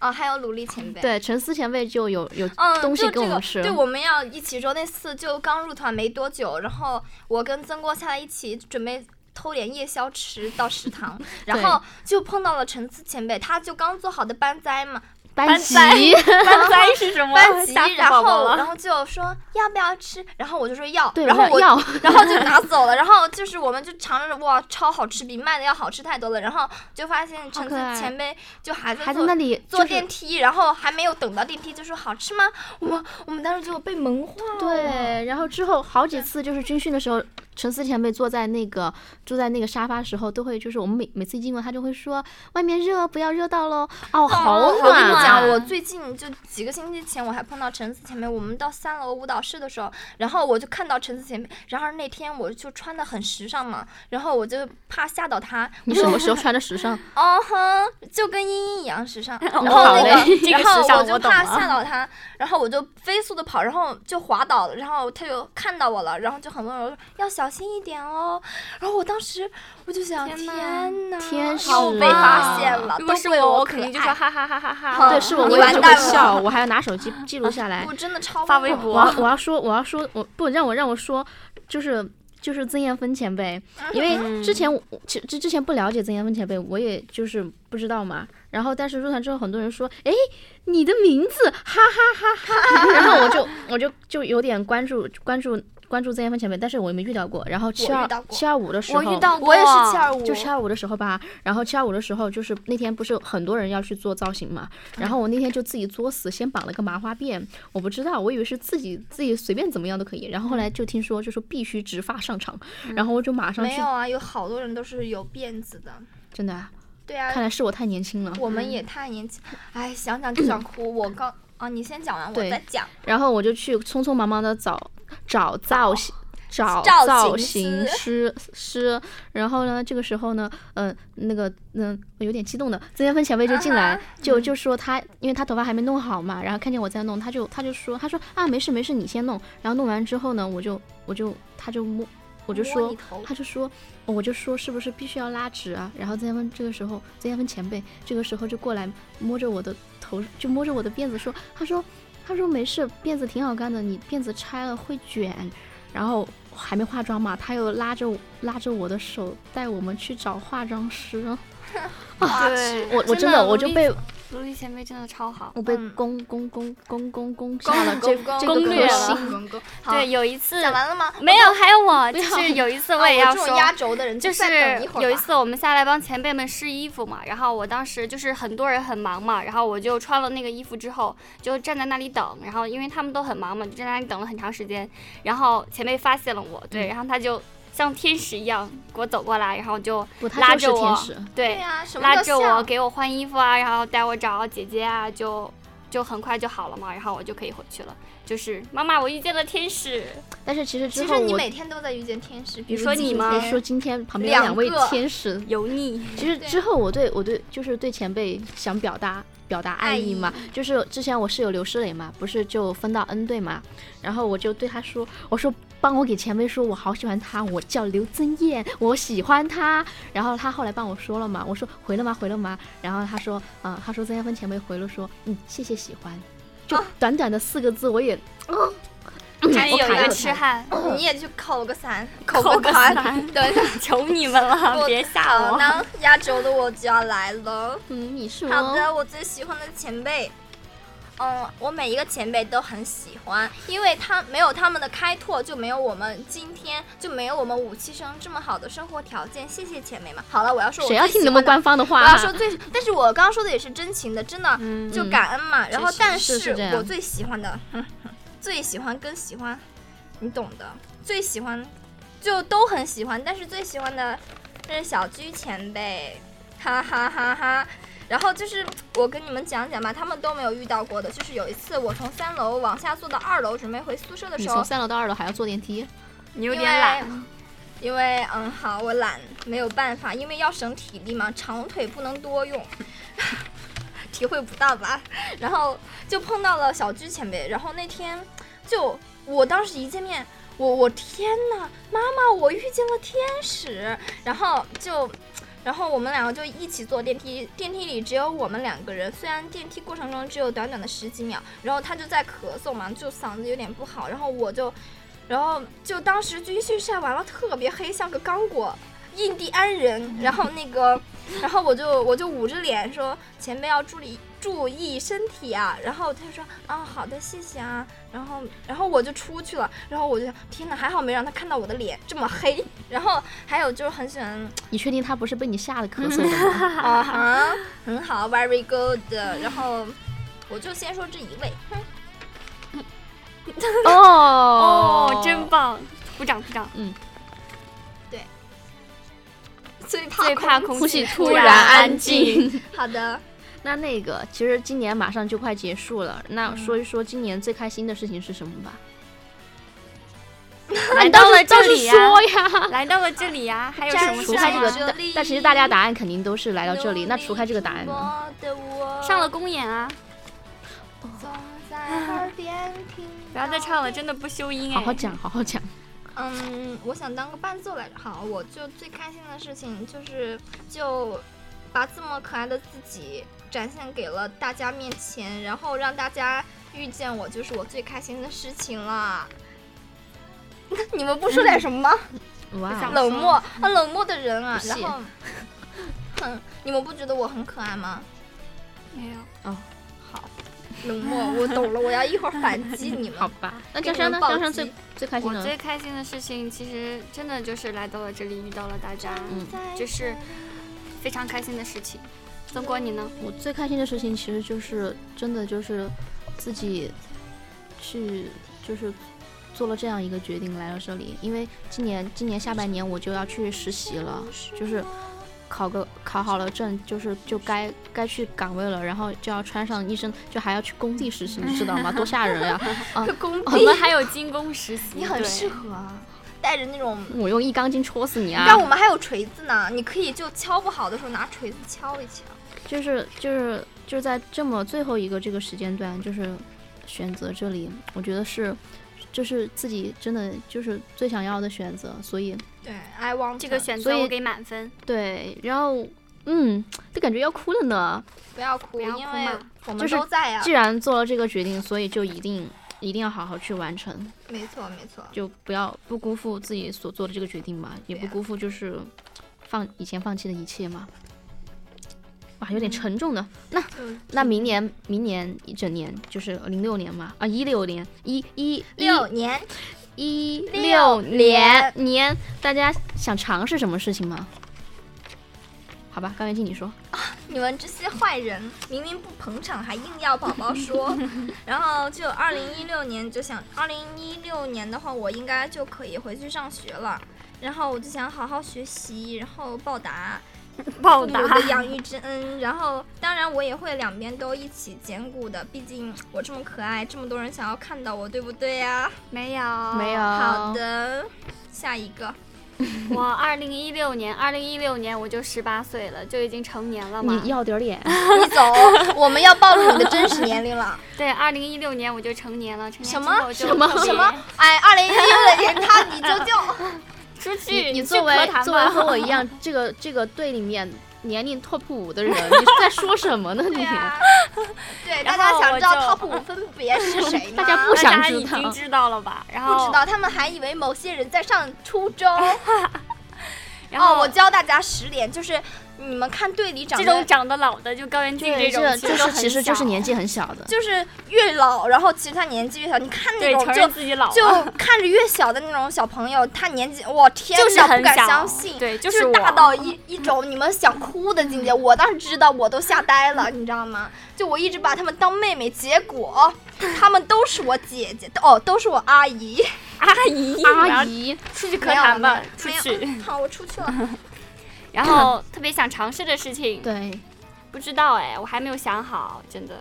S1: 哦，还有努力前辈。
S3: 对陈思前辈就有有
S1: 嗯，
S3: 东西
S1: 就
S3: 跟我们吃，
S1: 这个、对，我们要一起说。那次就刚入团没多久，然后我跟曾郭下来一起准备偷点夜宵吃到食 堂，然后就碰到了陈思前辈，他就刚做好的班栽嘛，
S3: 班
S2: 班
S3: 级
S2: 宰 班灾是什么？
S1: 班级，
S2: 吓死
S1: 然
S2: 宝宝
S1: 后
S2: 了
S1: 然后就说要不要吃，然后我就说要，
S3: 对，
S1: 然后我
S3: 要
S1: 然后就 拿走了，然后就是我们就尝着哇，超好吃，比卖的要好吃太多了。然后就发现陈
S3: 可
S1: 思
S3: 爱
S1: 前辈就还在
S3: 还在
S1: 做
S3: 那里
S1: 坐
S3: 就是
S1: 电梯，然后还没有等到电梯就说好吃吗？我们我们当时就被萌化了。
S3: 对，然后之后好几次就是军训的时候，陈思前辈坐在那个坐在那个沙发时候，都会就是我们每每次一经过他就会说外面热，不要热到喽。哦，好
S1: 我跟
S3: 暖
S1: 你
S3: 啊！
S1: 讲，我最近就几个星期前，我还碰到陈思前辈，我们到三楼舞蹈室的时候，然后我就看到陈思前辈，然后那天我就穿的很时尚嘛，然后我就怕吓到他，
S3: 你什么时候穿的时尚？
S1: 哦哼，就跟茵茵一样时尚。然后
S3: 好
S1: 那
S2: 嘞
S1: 个，
S2: 这个
S1: 然
S2: 时
S1: 后
S2: 尚
S1: 我
S2: 我
S1: 就
S2: 懂
S1: 怕
S2: 了
S1: 吓到他，然后我就飞速的跑，然后就滑倒了，然后他就看到我了，然后就很温柔地说要小心一点哦。然后我当时我就想，
S2: 天哪
S1: 天哪，
S3: 天使
S1: 又被
S3: 啊
S1: 发现了，
S2: 如
S1: 都
S2: 果是
S1: 怪
S2: 我，
S1: 我
S2: 我
S1: 可
S2: 肯定就
S1: 爱
S2: 说哈哈哈哈哈。
S1: 好
S3: 对，是我，
S1: 你
S3: 我
S1: 嗯
S3: 也
S1: 完
S3: 就会
S1: 蛋了
S3: 笑，我还要拿手机记录下来。
S1: 我真的超
S2: 哎发
S1: 温
S2: 微
S1: 柔
S2: 博
S3: 我要我要说我要说我不让我让我说，就是就是曾艳芬前辈，因
S1: 嗯
S3: 为之前我之之之前不了解曾艳芬前辈，我也就是不知道嘛。然后但是入团之后，很多人说，哎，你的名字，哈哈哈哈。然后我就我就就有点关注关注关注曾艳芬前辈，但是我也没遇到过。然后七二
S1: 遇到过
S3: 七二五的时候，
S2: 我遇到过，
S1: 我也是 七
S2: 啊
S1: 二五，
S3: 就七二五的时候吧，然后七二五的时候，就是那天不是很多人要去做造型嘛，然后我那天就自己作死，先绑了个麻花辫，我不知道，我以为是自己自己随便怎么样都可以，然后后
S1: 嗯
S3: 来就听说就说必须直发上场，然后我就马上
S1: 没
S3: 去
S1: 有，啊，有好多人都是有辫子的，
S3: 真的啊，
S1: 对啊，
S3: 看来是我太年轻了。
S1: 我
S2: 嗯
S1: 们也太年轻，哎，想想就想哭。我刚啊，你先讲完，我
S3: 对
S1: 再讲。
S3: 然后我就去匆匆忙忙的找找造型。找
S1: 造
S3: 造
S1: 型
S3: 型师师，然后呢，这个时候呢，嗯、那个，嗯、我有点激动的，曾艳芬前辈就进来，
S1: 啊哈
S3: 就就说他，因为他头发还没弄好嘛，然后看见我在弄，他就他就说，他说啊，没事没事，你先弄。然后弄完之后呢，我就我就他就摸，我就
S1: 摸
S3: 说
S1: 你，头
S3: 他就说，我就说是不是必须要拉直啊？然后曾艳芬这个时候，曾艳芬前辈这个时候就过来摸着我的头，就摸着我的辫子说，他说他说没事，辫子挺好看的，你辫子拆了会卷。然后还没化妆嘛，他又拉着我拉着我的手带我们去找化妆师。
S1: 哇
S2: 对，
S3: 我我
S1: 啊
S2: 真
S3: 的
S2: 的
S3: 我
S2: 我
S3: 就
S2: 理
S3: 被
S2: 卢丽贤妹真的超好。
S3: 我被
S1: 嗯
S3: 攻攻攻攻攻攻下了
S1: 攻
S3: 这
S1: 攻攻
S3: 这
S2: 攻
S3: 个核
S2: 略了
S3: 心。
S1: 攻攻。好，
S2: 对，有一次
S1: 讲完了 吗？
S2: 没有，还有我，就
S3: 没有
S2: 是有一次
S1: 啊，
S2: 我也要
S1: 这
S2: 说，
S1: 种压轴的人，
S2: 就
S1: 再等
S2: 是
S1: 一会儿
S2: 有一
S1: 吧，
S2: 次我们下来帮前辈们试衣服嘛，然后我当时就是很多人很忙嘛，然后我就穿了那个衣服之后就站在那里等，然后因为他们都很忙嘛，就站在那里等了很长时间，然后前辈发现了我，
S1: 嗯
S2: 对，然后他就像天使一样给我走过来，然后就
S3: 不，
S2: 拉
S3: 他就
S2: 着
S3: 是
S2: 我
S3: 天使。
S1: 对
S2: 对
S1: 呀，什么
S2: 拉
S1: 都
S2: 着我
S1: 像。
S2: 给我换衣服啊，然后带我找姐姐啊，就就很快就好了嘛，然后我就可以回去了。就是妈妈，我遇见了天使，
S3: 但是其实之
S1: 其
S3: 后
S1: 实你
S3: 我，
S1: 每天都在遇见天使，比
S2: 说
S1: 今
S2: 你
S1: 天
S2: 吗
S3: 可以说今天旁边有
S1: 两
S3: 两位
S1: 个
S3: 天使。
S2: 油腻，
S3: 其实
S1: 对
S3: 之后我对我对就是对前辈想表达表达爱意嘛，就是之前我室友刘诗蕾嘛，不是就分到 N 队嘛，然后我就对她说，我说帮我给前辈说，我好喜欢她，我叫刘增艳，我喜欢她。然后她后来帮我说了嘛，我说回了吗？回了吗？然后她说，嗯、她说曾艳芬前辈回了说，嗯，谢谢喜欢。就
S1: 啊
S3: 短短的四个字，我也
S1: 哦
S3: 嗯
S2: 这里
S3: 我
S2: 有一
S3: 卡
S2: 个
S3: 住
S2: 痴汉，
S1: 你也去扣个 三，
S2: 扣
S1: 个
S2: 个
S1: 团
S2: 三，
S1: 对，
S2: 求你们了，
S1: 我
S2: 别吓
S1: 好，
S2: 我。
S1: 那压轴的我就要来了。
S3: 嗯，你说
S1: 好的，我最喜欢的前辈，嗯，我每一个前辈都很喜欢，因为他没有他们的开拓，就没有我们今天就没有我们五期生这么好的生活条件。谢谢前辈们。好了，我要说我
S3: 谁要
S1: 最喜
S3: 听那么
S1: 欢的
S3: 官方的话
S1: 我
S3: 啊？
S1: 要说最，但是我刚刚说的也是真情的，真的、
S2: 嗯
S1: 就
S3: 嗯
S1: 感恩嘛。然后，
S3: 实
S1: 但
S3: 是是这样
S1: 我最喜欢的， 哼哼最喜欢跟喜欢，你懂的，最喜欢就都很喜欢，但是最喜欢的是小鞠前辈，哈哈哈哈。然后就是我跟你们讲讲吧，他们都没有遇到过的。就是有一次我从三楼往下坐到二楼，准备回宿舍的
S3: 你
S1: 时候
S3: 从，三楼到二楼还要坐电梯，
S2: 你有
S1: 因
S2: 点
S1: 为
S2: 懒，
S1: 因为嗯，好，我懒，没有办法，因为要省体力嘛，长腿不能多用， 体会不到吧？然后就碰到了小鞠前辈，然后那天就我当时一见面，我我天呐，妈妈，我遇见了天使，然后就。然后我们两个就一起坐电梯，电梯里只有我们两个人。虽然电梯过程中只有短短的十几秒，然后他就在咳嗽嘛，就嗓子有点不好，然后我就然后就当时军训晒完了，特别黑，像个刚果印第安
S2: 嗯
S1: 人。然后那个，然后我就我就捂着脸说：“前辈要注意注意身体啊。”然后他就说：“啊，好的，谢谢啊。”然后然后我就出去了。然后我就想，天哪，还好没让他看到我的脸这么黑。 然后还有就是很喜欢
S3: 你确定他不是被你吓得咳嗽的 吗？
S1: 啊哈，很好，very good。然后我就先说这一位，哼
S3: 哦
S2: 哦，真棒，鼓掌鼓掌。
S1: 最怕
S2: 最怕
S1: 空
S2: 空
S3: 空
S2: 气
S3: 气突
S2: 然
S3: 然
S2: 安
S3: 安静。
S1: 好的，
S3: 那那个，其实今年马上就快结束了，那说一说今年最开心的事情是什么吧？
S2: 来到了这里啊呀、
S3: 说呀。
S2: 来到了这里呀、还有
S1: 站
S2: 什么
S1: 是
S3: 除
S2: 事
S3: 开这
S1: 啊
S3: 个，
S2: 呀？
S1: 这
S3: 但
S1: 里
S3: 但其实大家答案肯定都是来到这里。那除开这个答案呢？
S1: 努力拼搏的我
S2: 上 了公演啊！
S1: 总在耳边听。
S2: 不要再唱了，。真的不修音哎。
S3: 好好讲，好好讲。
S1: 嗯，我想当个伴奏来着。好，我就最开心的事情就是，就把这么可爱的自己展现给了大家面前，然后让大家遇见我，就是我最开心的事情了。 你们不说点什么吗？
S3: 哇
S2: 想
S3: 哦，
S1: 冷漠啊，冷漠的人啊。
S3: 不
S1: 然
S3: 屑
S1: 后，哼，你们不觉得我很可爱吗？
S2: 没有，
S1: 冷漠，我懂了，我要一会儿反击你 们。
S3: 好吧。那
S1: 给
S3: 江
S1: 你
S3: 山
S1: 们
S3: 呢？
S1: 暴
S3: 江山
S1: 击
S3: 最最开心
S2: 我
S3: 的
S2: 最开心的事情其实真的就是来到了这里，遇到了大家，
S3: 嗯
S2: 就是非常开心的事情。曾国，你呢？
S3: 我最开心的事情其实就是真的就是自己去就是做了这样一个决定来到这里，因为今年今年下半年我就要去实习了，就是考个考好了证，就是就该该去岗位了，然后就要穿上医生，就还要去工地实习，你知道吗？多吓人呀！
S1: 工
S2: 我们还有精工实习，
S1: 啊你很
S2: 对
S1: 适合啊，嗯带着那种。
S3: 我用一钢筋戳死你啊！
S1: 但我们还有锤子呢，你可以就敲不好的时候拿锤子敲一敲。
S3: 就是就是就是在这么最后一个这个时间段，就是选择这里，我觉得是就是自己真的就是最想要的选择，所以
S1: 对，I want
S2: 这个选
S3: 所
S2: 择
S3: 以
S2: 我给满分。
S3: 对，然后嗯，都感觉要哭了呢。
S1: 不要哭，
S2: 不要哭
S1: 因为
S2: 嘛
S1: 我
S3: 就
S1: 们
S3: 是
S1: 都在啊呀、
S3: 既然做了这个决定，所以就一定一定要好好去完成，
S1: 没错，没错。
S3: 就不要不辜负自己所做的这个决定嘛，也
S1: 对
S3: 不
S1: 啊
S3: 辜负就是放以前放弃的一切嘛。哇，有点沉重的。那那明年明年一整年就是零六年嘛，啊一六年一一
S1: 六年
S3: 一
S1: 六
S3: 年年，大家想尝试什么事情吗？好吧，高元庆你说，
S1: 你们这些坏人，明明不捧场，还硬要宝宝 说。然后就二零一六年就想，二零一六年的话，我应该就可以回去上学了。然后我就想好好学习，然后报答
S2: 报
S1: 父
S2: 答
S1: 母的养育之恩。然后当然我也会两边都一起兼顾的，毕竟我这么可爱，这么多人想要看到我，对不对呀、
S2: 没有
S3: 没有，
S1: 好，的，下一个，
S2: 我二零一六年，二零一六年我就十八岁了，就已经成年了嘛
S3: 你。要点儿脸，
S1: 你走，我们要暴露你的真实年龄了。
S2: 对，二零一六年我就成年了，成年
S1: 什
S2: 之
S1: 么
S2: 后就
S3: 什么
S2: 特别
S1: 什么？哎，二零一六年他你就就。
S2: 出去？啊
S3: 你
S2: 去
S3: 作为
S2: 咳痰
S3: 作为
S2: 吧
S3: 和我一样这个这个队里面年龄 top 五 的人，你是在说什么 呢？
S1: 对
S3: 你
S1: 啊，对，大
S2: 然
S1: 家
S2: 后
S1: 想
S2: 我
S1: 知道
S2: 就
S1: top 五分别是 谁吗？
S3: 大家不
S2: 那
S3: 想
S2: 大家
S3: 知
S2: 已
S3: 道
S2: 经知道了吧？然后
S1: 不知道，他们还以为某些人在上初中。
S2: 然后
S1: 哦、我教大家十点，就是你们看队里长
S2: 这
S1: 得
S2: 种长得老的，就高原
S3: 对
S2: 剧种，
S3: 这就
S2: 都
S3: 是
S2: 很
S3: 其实就是
S2: 小啊
S3: 年纪很小的，
S1: 就是越老，然后其实他年纪越小，你看那
S2: 对
S1: 种
S2: 承认
S1: 就。
S2: 自己老啊
S1: 就
S2: 了
S1: 看着越小的那种小朋友，他年纪，我天
S2: 就是
S1: 哪，
S2: 很
S1: 不敢
S2: 小
S1: 相信，
S2: 对就
S1: 就是
S2: 我
S1: 大到一一种你们想哭的境界。我当时知道，我都吓呆了，你知道吗？就我一直把他们当妹妹，结果他们都是我姐姐，哦，都是我阿姨。
S2: 阿姨
S3: 阿姨，
S2: 出去咳
S1: 没有
S2: 痰吧
S1: 没有，
S2: 出
S1: 没
S2: 去。
S1: 有好，我出去了。
S2: 然后特别想尝试的事情，
S3: 对，
S2: 不知道哎，我还没有想好，真的。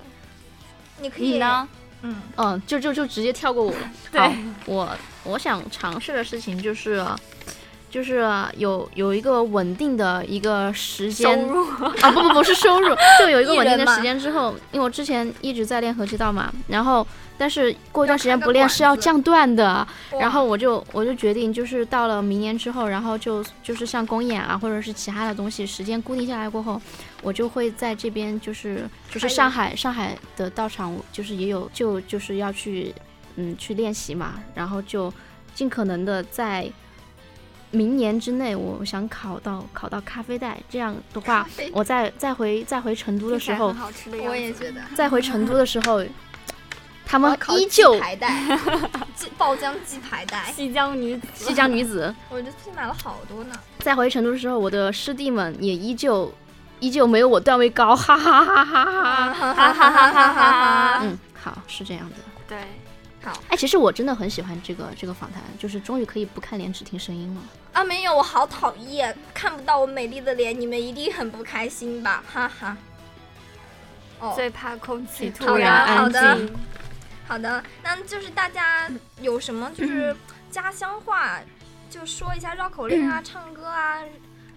S1: 你可以
S2: 你呢？
S1: 嗯，
S3: 嗯，就就就直接跳过我了。
S2: 对
S3: 好，我我想尝试的事情就是，就是有有一个稳定的一个时
S2: 收
S3: 间
S2: 入
S3: 啊，不不不是收入，就有一个
S1: 艺
S3: 稳定
S1: 人
S3: 的
S1: 嘛
S3: 时间之后，因为我之前一直在练合气道嘛，然后但是过一段时间
S1: 开个
S3: 不练
S1: 馆
S3: 是要
S1: 子
S3: 降段的，然
S1: 哇
S3: 后我就我就决定就是到了明年之后，然后就就是像公演啊或者是其他的东西，时间固定下来过后，我就会在这边就是就是
S1: 开
S3: 上海上海的道场，就是也有就就是要去嗯去练习嘛，然后就尽可能的在。明年之内，我想考到考到咖啡带，这样的
S1: 咖，
S3: 话
S1: 啡
S3: 我再再回再回成都的时候
S2: 很，好吃的样
S1: 我
S2: 子
S1: 也觉得。
S3: 再回成都的时 候，他
S1: 我
S3: 们
S1: 要烤
S3: 依
S1: 鸡
S3: 旧
S1: 排带，鸡爆浆鸡排带，
S2: 西江女子
S3: 西江女子，
S1: 我这次买了好多呢。
S3: 再回成都的时候，我的师弟们也依旧依旧没有我段位高，哈哈哈哈哈
S1: 哈
S3: 哈。
S2: 哈哈哈哈哈
S3: 嗯，好，是这样的。
S2: 啊对，
S3: 哎，其实我真的很喜欢这个这个访谈，就是终于可以不看脸只听声音了。
S1: 啊！没有，我好讨厌，看不到我美丽的脸，你们一定很不开心吧？哈哈。哦，
S2: 最怕空气
S3: 突
S2: 突
S3: 然
S2: 安
S1: 安
S2: 静。
S1: 好的，那就是大家有什么
S2: 嗯
S1: 就是家乡话，就说一下绕口令啊、唱歌啊。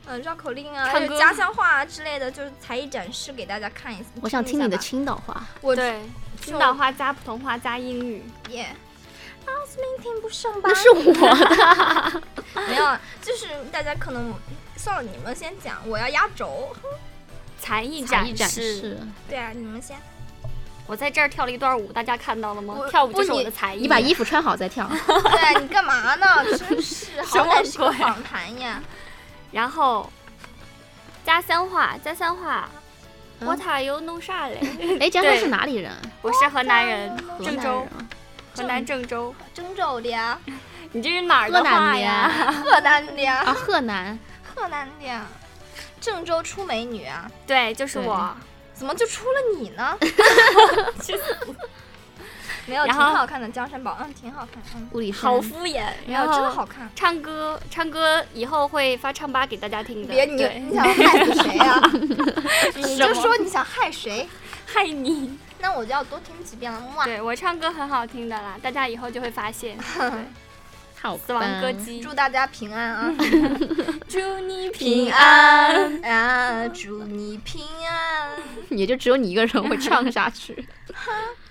S1: 嗯，绕口令啊，
S2: 唱
S1: 还有
S2: 歌
S1: 家乡话啊之类的，就是才艺展示给大家看一下。
S3: 我想听你
S1: 一下
S3: 的
S1: 吧
S3: 青岛话，
S1: 我
S2: 对，青岛话加普通话加英语，
S1: 耶。老子命听不上吧
S3: 那？是我的。
S1: 没有，就是大家可能算了，你们先讲，我要压轴。
S2: 才艺
S3: 才艺展
S2: 展
S3: 示，
S1: 对啊，你们先。
S2: 我在这儿跳了一段舞，大家看到了吗？
S1: 我
S2: 跳舞就
S1: 不
S2: 是我
S1: 你
S2: 的才艺。
S3: 你把衣服穿好再跳。
S1: 对你干嘛 呢？真是，
S2: 什么
S1: 好歹是个
S2: 鬼
S1: 访谈呀。
S2: 然后家乡话，家乡话。
S3: 嗯
S2: 我塔又弄啥嘞？
S3: 哎，江哥
S2: 对
S3: 是哪里人？
S2: 我是河南人，
S3: 河
S2: 郑
S3: 南
S2: 州
S3: 人，啊。
S2: 河南郑州。
S1: 郑州的呀，
S2: 你这是哪儿
S3: 河
S2: 的
S3: 南
S2: 话
S3: 的
S2: 呀？
S3: 呀
S1: 河南的呀，
S3: 啊，河南。
S1: 河南的呀。郑州出美女啊？
S2: 对，就是我。
S1: 怎么就出了你呢？ 没有，挺
S2: 然后
S1: 好看的江山宝，嗯，挺好看，嗯，
S3: 物理
S2: 好
S3: 生，
S2: 敷衍，
S1: 没有，
S2: 然
S1: 真的
S2: 后
S1: 好看。
S2: 唱歌，唱歌以后会发唱吧给大家听的。
S1: 别你
S2: 对
S1: 你想害死谁 啊？你
S2: 什
S1: 就
S2: 么
S1: 说你想害谁，
S2: 害你。
S1: 那我就要多听几遍了。哇，
S2: 对我唱歌很好听的啦，大家以后就会发现。对，
S3: 好
S2: 死亡歌
S3: 吧
S2: 姬，
S1: 祝大家平安啊！
S2: 祝你
S1: 平安啊，祝你平安。
S3: 也就只有你一个人会唱下去。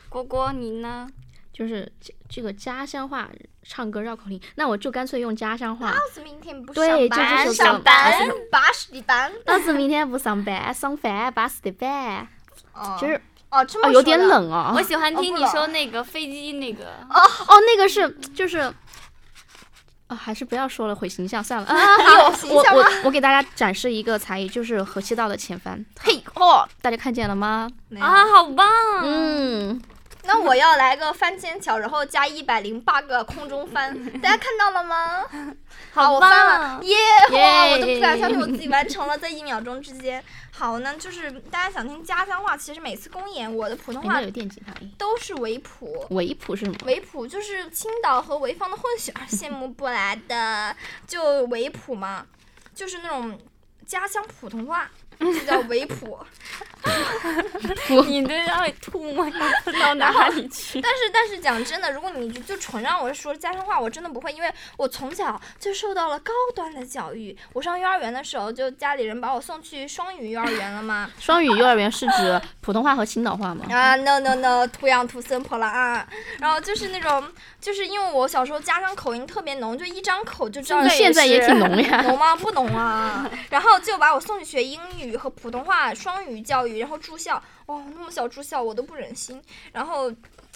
S2: 果果，你呢？
S3: 就是这这个家乡话唱歌绕口令，那我就干脆用家乡话。
S1: 老子明天不
S3: 对
S1: 上
S3: 就这
S1: 班，
S3: 首
S1: 上
S3: 歌
S1: 班，八十的班。
S3: 老子明天不上班，上班把死的班。
S1: 哦
S3: 就是
S1: 哦，这么说
S3: 哦，有点
S1: 的。
S3: 冷哦
S2: 我。喜欢
S1: 哦
S2: 听
S1: 不
S2: 你
S1: 了
S2: 说那个飞机那个，
S3: 哦，那个是就是啊，还是不要说了，毁形象算了。
S1: 有形
S3: 我
S1: 象
S3: 我
S1: 啊吗？
S3: 我给大家展示一个才艺，就是河西道的前翻。
S1: 嘿哦
S3: 大家看见了吗？
S1: 没有
S2: 啊，好棒！
S3: 嗯，
S1: 那我要来个翻天桥，然后加一百零八个空中翻，大家看到了吗？好，我
S2: 棒！
S1: 翻了，耶！哇，
S3: 耶
S1: 我都不敢相信我自己完成了，在一秒钟之间。好呢，就是大家想听家乡话，其实每次公演我的普通
S3: 人家
S1: 话
S3: 有电吉他。哎
S1: 都是维普。
S3: 维普是什么？
S1: 维普就是青岛和潍坊的混血儿，羡慕不来的。 就维普嘛，就是那种家乡普通话，就叫维 普。
S2: 你这让你吐 沫到哪里 去？
S1: 但是但是讲真的，如果你就纯让我说家乡话，我真的不会，因为我从小就受到了高端的教育。我上幼儿园的时候，就家里人把我送去双语幼儿园了 嘛。
S3: 双语幼儿园是指普通话和青岛话吗？嗯
S1: 啊、n o no no，土壤土森破了啊！然后就是那种，就是因为我小时候家乡口音特别浓，就一张口就知道
S3: 你现在也
S1: 是
S3: 挺浓 呀。
S1: 浓吗？不浓啊。然后就把我送去学英语和普通话双语教育，然后住校。哇，那么小住校我都不忍心。然后，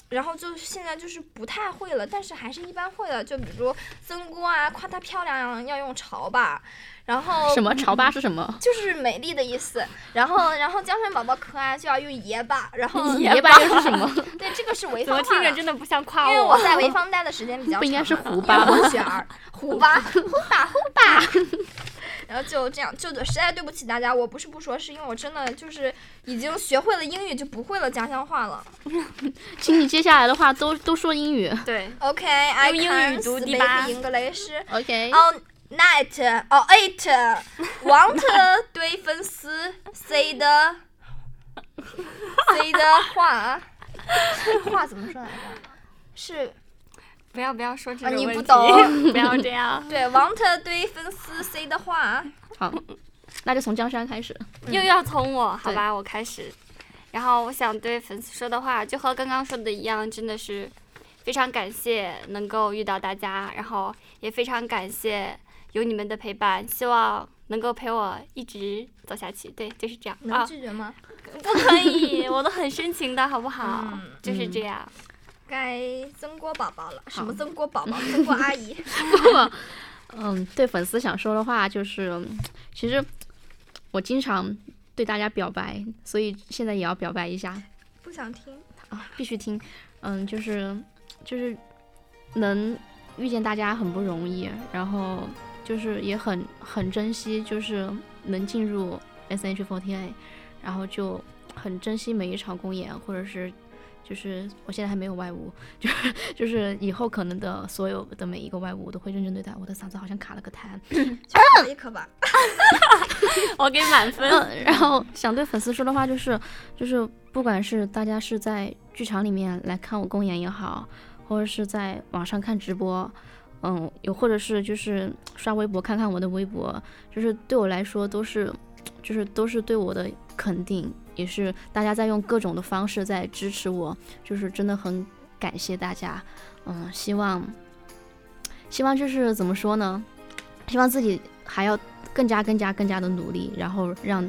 S1: 然后就现在就是不太会了，但是还是一般会了。就比如曾锅啊，夸她漂亮要用潮吧，然后
S3: 什么潮爸是什么？
S1: 就是美丽的意思。然后，然后江山宝宝可爱就要用爷嗯吧，然后
S2: 爷
S3: 爷爸又是什么？
S1: 对这个是潍
S2: 怎
S1: 坊
S2: 么
S1: 话
S2: 听着
S1: 了。
S2: 真的不像夸
S1: 因为
S2: 我
S1: 我在潍坊待的时间比较长，
S3: 不应该是胡
S1: 因为
S3: 巴吗？
S1: 混血儿，虎吧，虎吧，虎吧。 然后就这样，就实在对不起大家，我不是不说，是因为我真的就是已经学会了英语，就不会了家乡话了。
S3: 请你接下来的话都都说英语。
S2: 对，
S1: OK，I、
S2: 用
S1: can
S2: 英语读第八
S1: speak English
S3: OK，
S1: all night all eight want 对粉丝 say 的 say 的话， 话怎么说来着？是
S2: 不要不要说这
S1: 啊
S2: 个
S1: 你不
S2: 问题
S1: 懂
S2: 不要这样。
S1: 对 want 对粉丝 say 的话。啊
S3: 好，那就从江山开始。
S2: 又要从我，好
S3: 对
S2: 吧，我开始。然后我想对粉丝说的话，就和刚刚说的一样，真的是非常感谢能够遇到大家，然后也非常感谢有你们的陪伴，希望能够陪我一直走下去。对，就是这样
S1: 能
S2: 啊，
S1: 拒绝吗？
S2: 不可以，我都很深情的，好不好？
S1: 嗯
S2: 就是这样。
S1: 该曾锅宝宝了，什么
S3: 好
S1: 曾锅宝宝、曾锅阿姨？
S3: 嗯，对粉丝想说的话就是，嗯其实我经常对大家表白，所以现在也要表白一下
S1: 不想听。
S3: 啊，必须听。嗯，就是就是能遇见大家很不容易，然后就是也很很珍惜，就是能进入 S H 4 8然后就很珍惜每一场公演，或者是就是我现在还没有外务，就是就是以后可能的所有的每一个外务，我都会认真对待。我的嗓子好像卡了个痰。
S1: 就立刻吧，
S2: 我给满分。
S3: 嗯，然后想对粉丝说的话就是，就是不管是大家是在剧场里面来看我公演也好，或者是在网上看直播，嗯，有或者是就是刷微博看看我的微博，就是对我来说都是，就是都是对我的肯定，也是大家在用各种的方式在支持我，就是真的很感谢大家，嗯，希望，希望就是怎么说呢，希望自己还要更加更加更加的努力，然后让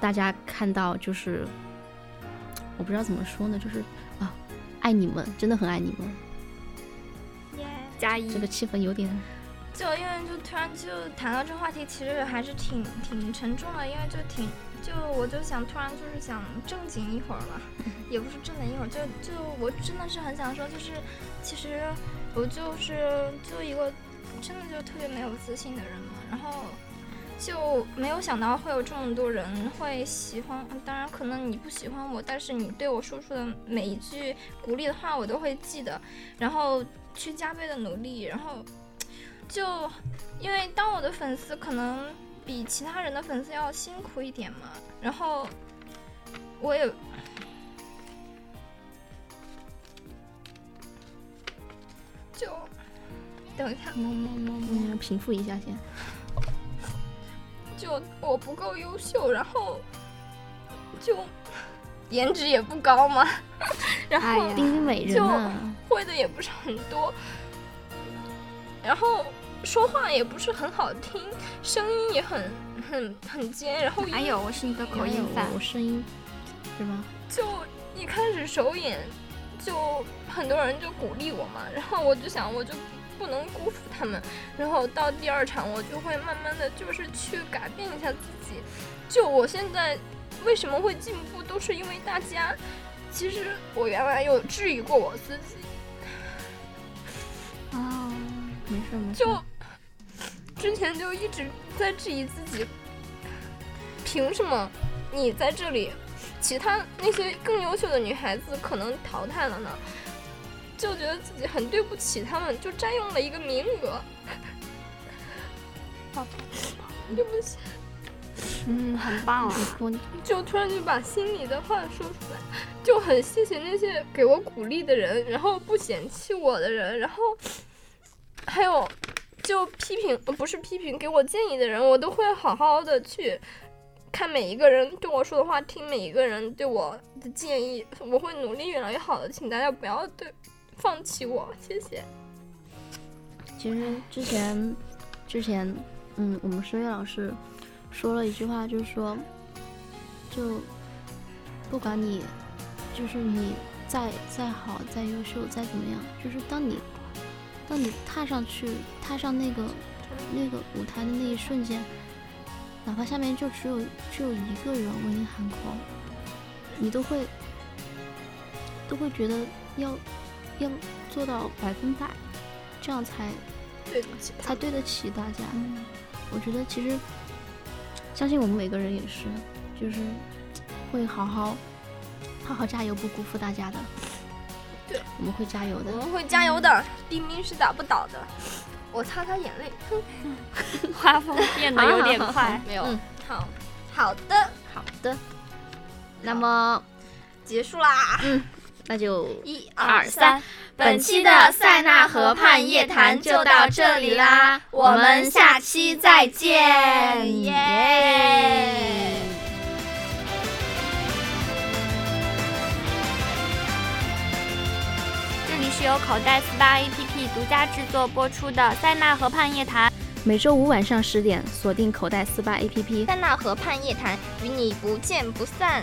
S3: 大家看到就是，我不知道怎么说呢，就是啊，爱你们，真的很爱你们。
S1: 耶！
S2: 加一
S3: 这，个气氛有点，
S1: 就因为就突然就谈到这话题，其实还是挺挺沉重的，因为就挺就我就想突然就是想正经一会儿吧，也不是正经一会儿，就就我真的是很想说，就是其实我就是就一个真的就特别没有自信的人嘛，然后。就没有想到会有这么多人会喜欢，当然可能你不喜欢我，但是你对我说出的每一句鼓励的话，我都会记得，然后去加倍的努力，然后就因为当我的粉丝可能比其他人的粉丝要辛苦一点嘛，然后我也就等一下，
S3: 嗯，平复一下先。
S1: 就我不够优秀，然后就颜值也不高嘛，然
S2: 哎
S1: 后
S2: 呀
S3: 冰冰美人啊，
S1: 会的也不是很多，然后说话也不是很好听，声音也很很很尖，然后
S2: 还哎有我是你的口音
S3: 哎
S2: 犯
S3: 呦我，我声音是吧？
S1: 就一开始首演就很多人就鼓励我嘛，然后我就想我就不不能辜负他们。然后到第二场，我就会慢慢的就是去改变一下自己。就我现在为什么会进步，都是因为大家。其实我原来有质疑过我自己，
S2: 啊，
S3: 没事没事。
S1: 就之前就一直在质疑自己，凭什么你在这里，其他那些更优秀的女孩子可能淘汰了呢？就觉得自己很对不起她们，就占用了一个名额。
S2: 好
S1: 对不起，
S2: 嗯，很棒啊。
S3: 我
S1: 就突然就把心里的话说出来，就很谢谢那些给我鼓励的人，然后不嫌弃我的人，然后还有就批评呃不是批评给我建议的人，我都会好好的去看每一个人对我说的话，听每一个人对我的建议，我会努力越来越好的，请大家不要对放弃我，谢谢。
S3: 其实之前之前，嗯，我们声乐老师说了一句话，就是说，就不管你就是你再再好、再优秀、再怎么样，就是当你当你踏上去踏上那个那个舞台的那一瞬间，哪怕下面就只有只有一个人为你喊口，你都会都会觉得要要做到百分百，这样才
S1: 对不起，
S3: 才对得起大家。我觉得其实，相信我们每个人也是，就是会好好好好加油，不辜负大家的。
S1: 对，
S3: 我们会加油的，
S1: 我。们会加油的，黎明是打不倒的。我擦擦眼泪。
S2: 画风变得啊有点快
S3: 没有
S1: 嗯好好的，
S3: 好的。那么
S1: 结束啦。
S3: 那就
S1: 一
S2: 二三。
S4: 本期的塞纳河畔夜谈就到这里啦，我们下期再见，
S1: 耶
S2: 这里是由口袋四八 APP 独家制作播出的《塞纳河畔夜谈》，
S3: 每周五晚上十点锁定口袋四八 APP。
S1: 塞纳河畔夜谈，与你不见不散。